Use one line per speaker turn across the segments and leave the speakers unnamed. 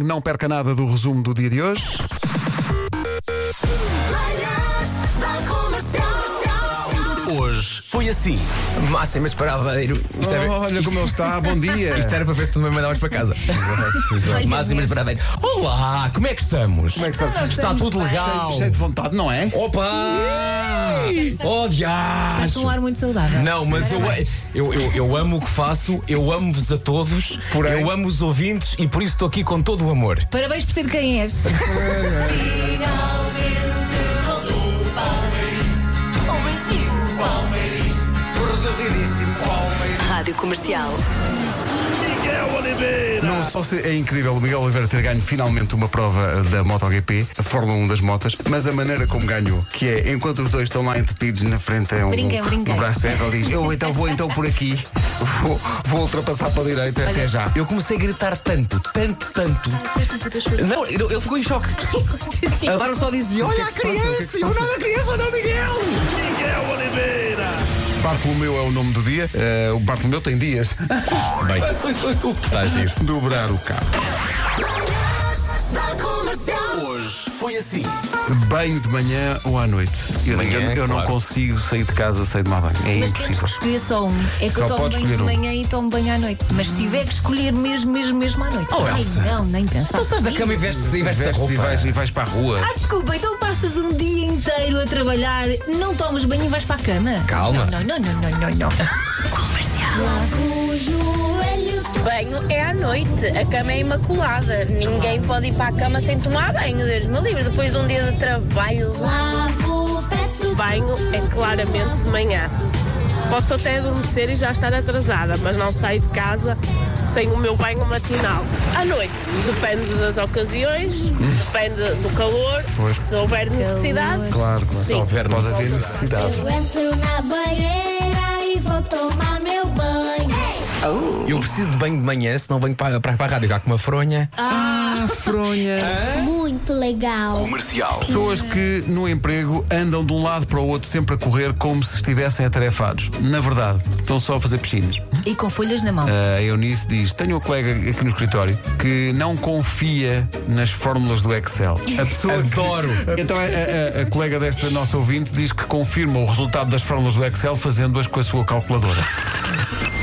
Não perca nada do resumo do dia de hoje.
Manhãs da Comercial.
Hoje foi assim.
Máximo esperadeiro. Isto era,
Olha como ele está, bom dia.
isto é era para ver se tu me mandavas para casa. Máximo esperadeiro. Olá, como é que estamos? Como é que
estamos?
Está tudo legal.
Cheio de vontade, não é?
Opa! Oh, diacho.
Estás com um ar muito saudável.
Não, mas eu, eu, eu, eu amo o que faço, eu amo-vos a todos,
Porém-
eu amo os ouvintes e por isso estou aqui com todo o amor.
Parabéns por ser quem és.
Rádio Comercial.
Não só se- é incrível o Miguel Oliveira ter ganho finalmente uma prova da MotoGP, a Fórmula 1 das motas, mas a maneira como ganhou, que é enquanto os dois estão lá entretidos na frente a um,
Brinquem, brinquem.
um braço de ferro, ele diz: Eu então vou então por aqui, vou, vou ultrapassar para a direita até já.
Eu comecei a gritar tanto, tanto, tanto. Não, ele ele ficou em choque. A Bárbara só dizia: Olha a criança, eu não a criança, olha o Miguel.
Bartolomeu é o nome do dia, eh, o Bartolomeu tem dias.
Bem, está a giro.
Dobrar o carro.
Manhãs da Comercial.
Hoje foi assim.
Banho de manhã ou à noite. Eu,
Manhã,
eu- eu não
claro.
consigo sair de casa sem tomar banho. É
Mas temos
impossível.
que escolher só um. É que
Só
eu tomo
podes
banho de
escolher um.
manhã e tomo banho à noite. Mas se tiver que escolher mesmo, mesmo, mesmo à noite.
Oh,
Ai,
Elsa. Então
não, nem pensar.
Tu sais da cama e veste, e veste, a
Veste
roupa.
e vais, e vais para a rua.
Ah, desculpa, então passas um dia inteiro a trabalhar, não tomas banho e vais para a cama.
Calma.
Não, não, não, não, não, não.
Banho é à noite, a cama é imaculada. Ninguém pode ir para a cama sem tomar banho, Deus me livre, depois de um dia de trabalho. Banho é claramente de manhã. Posso até adormecer e já estar atrasada, mas não saio de casa sem o meu banho matinal. À noite, depende das ocasiões, depende do calor,
Pois.
se houver necessidade.
Claro, claro.
Sim.
Se houver
Pode
nós-
haver necessidade.
Eu entro na banheira e vou tomar meu banho.
Eu preciso de banho de manhã, senão venho para, para, para a rádio cá com uma fronha.
É
Muito legal.
Comercial.
Pessoas que no emprego andam de um lado para o outro sempre a correr como se estivessem atarefados. Na verdade, estão só a fazer piscinas.
E com folhas na
Ah.
mão.
A Eunice diz: Tenho um colega aqui no escritório que não confia nas fórmulas do Excel. A pessoa que-
Adoro.
Então a, a- a- a colega desta nossa ouvinte diz que confirma o resultado das fórmulas do Excel fazendo-as com a sua calculadora.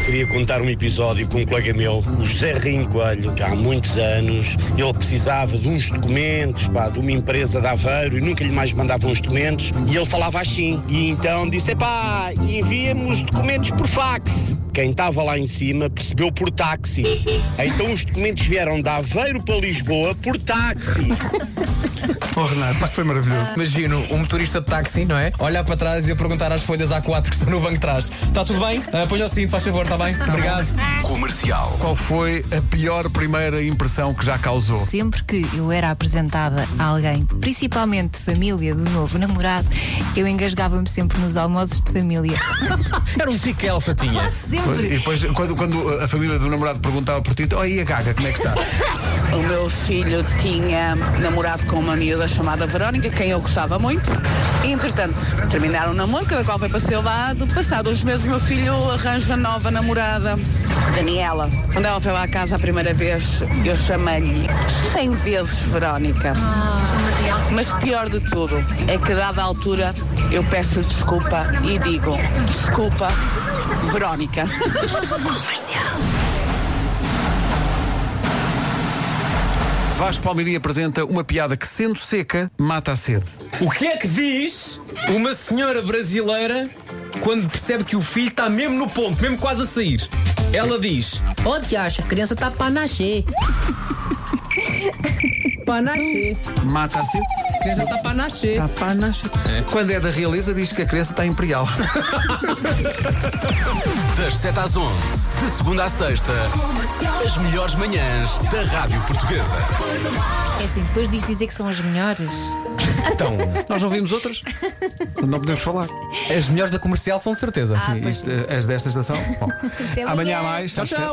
Queria contar um episódio com um colega meu, o José Rinho Coelho, já há muitos anos. Ele precisava de uns documentos, pá, de uma empresa de Aveiro e nunca lhe mais mandavam os documentos. E ele falava assim. E então disse: pá, envia-me os documentos por fax. Quem estava lá em cima percebeu por táxi. Então os documentos vieram de Aveiro para Lisboa por táxi.
Oh, Renato, isto foi maravilhoso.
Imagino um motorista de táxi, não é? Olhar para trás e a perguntar às folhas A4 que estão no banco de trás: Está tudo bem? Ah, Põe o cinto, faz favor, está bem? Obrigado.
Comercial.
Qual foi a pior primeira impressão que já causou?
Sempre que eu era apresentada a alguém, principalmente família do novo namorado, eu engasgava-me sempre nos almoços de família.
Era um zico que a Elsa tinha.
E
Sempre.
depois, quando, quando a família do namorado perguntava por ti, oh, e a gaga, como é que está?
O meu filho tinha namorado com uma miúda chamada Verónica, quem eu gostava muito. E, entretanto, terminaram o namoro, cada qual foi para o seu lado. Passados uns meses, meu filho arranja nova namorada, Daniela. Quando ela foi lá à casa a primeira vez, eu chamei-lhe 100 vezes Verónica. Mas pior de tudo é que, dada a altura, eu peço desculpa e digo: desculpa, Verónica.
Vasco Palmeirinho apresenta uma piada que, sendo seca, mata a sede.
O que é que diz uma senhora brasileira quando percebe que o filho está mesmo no ponto, mesmo quase a sair? Ela diz:
Onde acha? A criança tá pra nascer. pra nascer.
Mata a sede?
A criança tá pra nascer.
Tá pá, nasce. Quando é da realeza, diz que a criança está imperial.
Das 7 às 11, de segunda à sexta, as melhores manhãs da Rádio Portuguesa.
É assim, depois diz dizer que são as melhores.
Então,
Nós não vimos outras? Não podemos falar.
as melhores da comercial são de certeza.
Isto, eh, as desta estação. Bom,
Até
amanhã há
amanhã.
mais.
Tchau, tchau.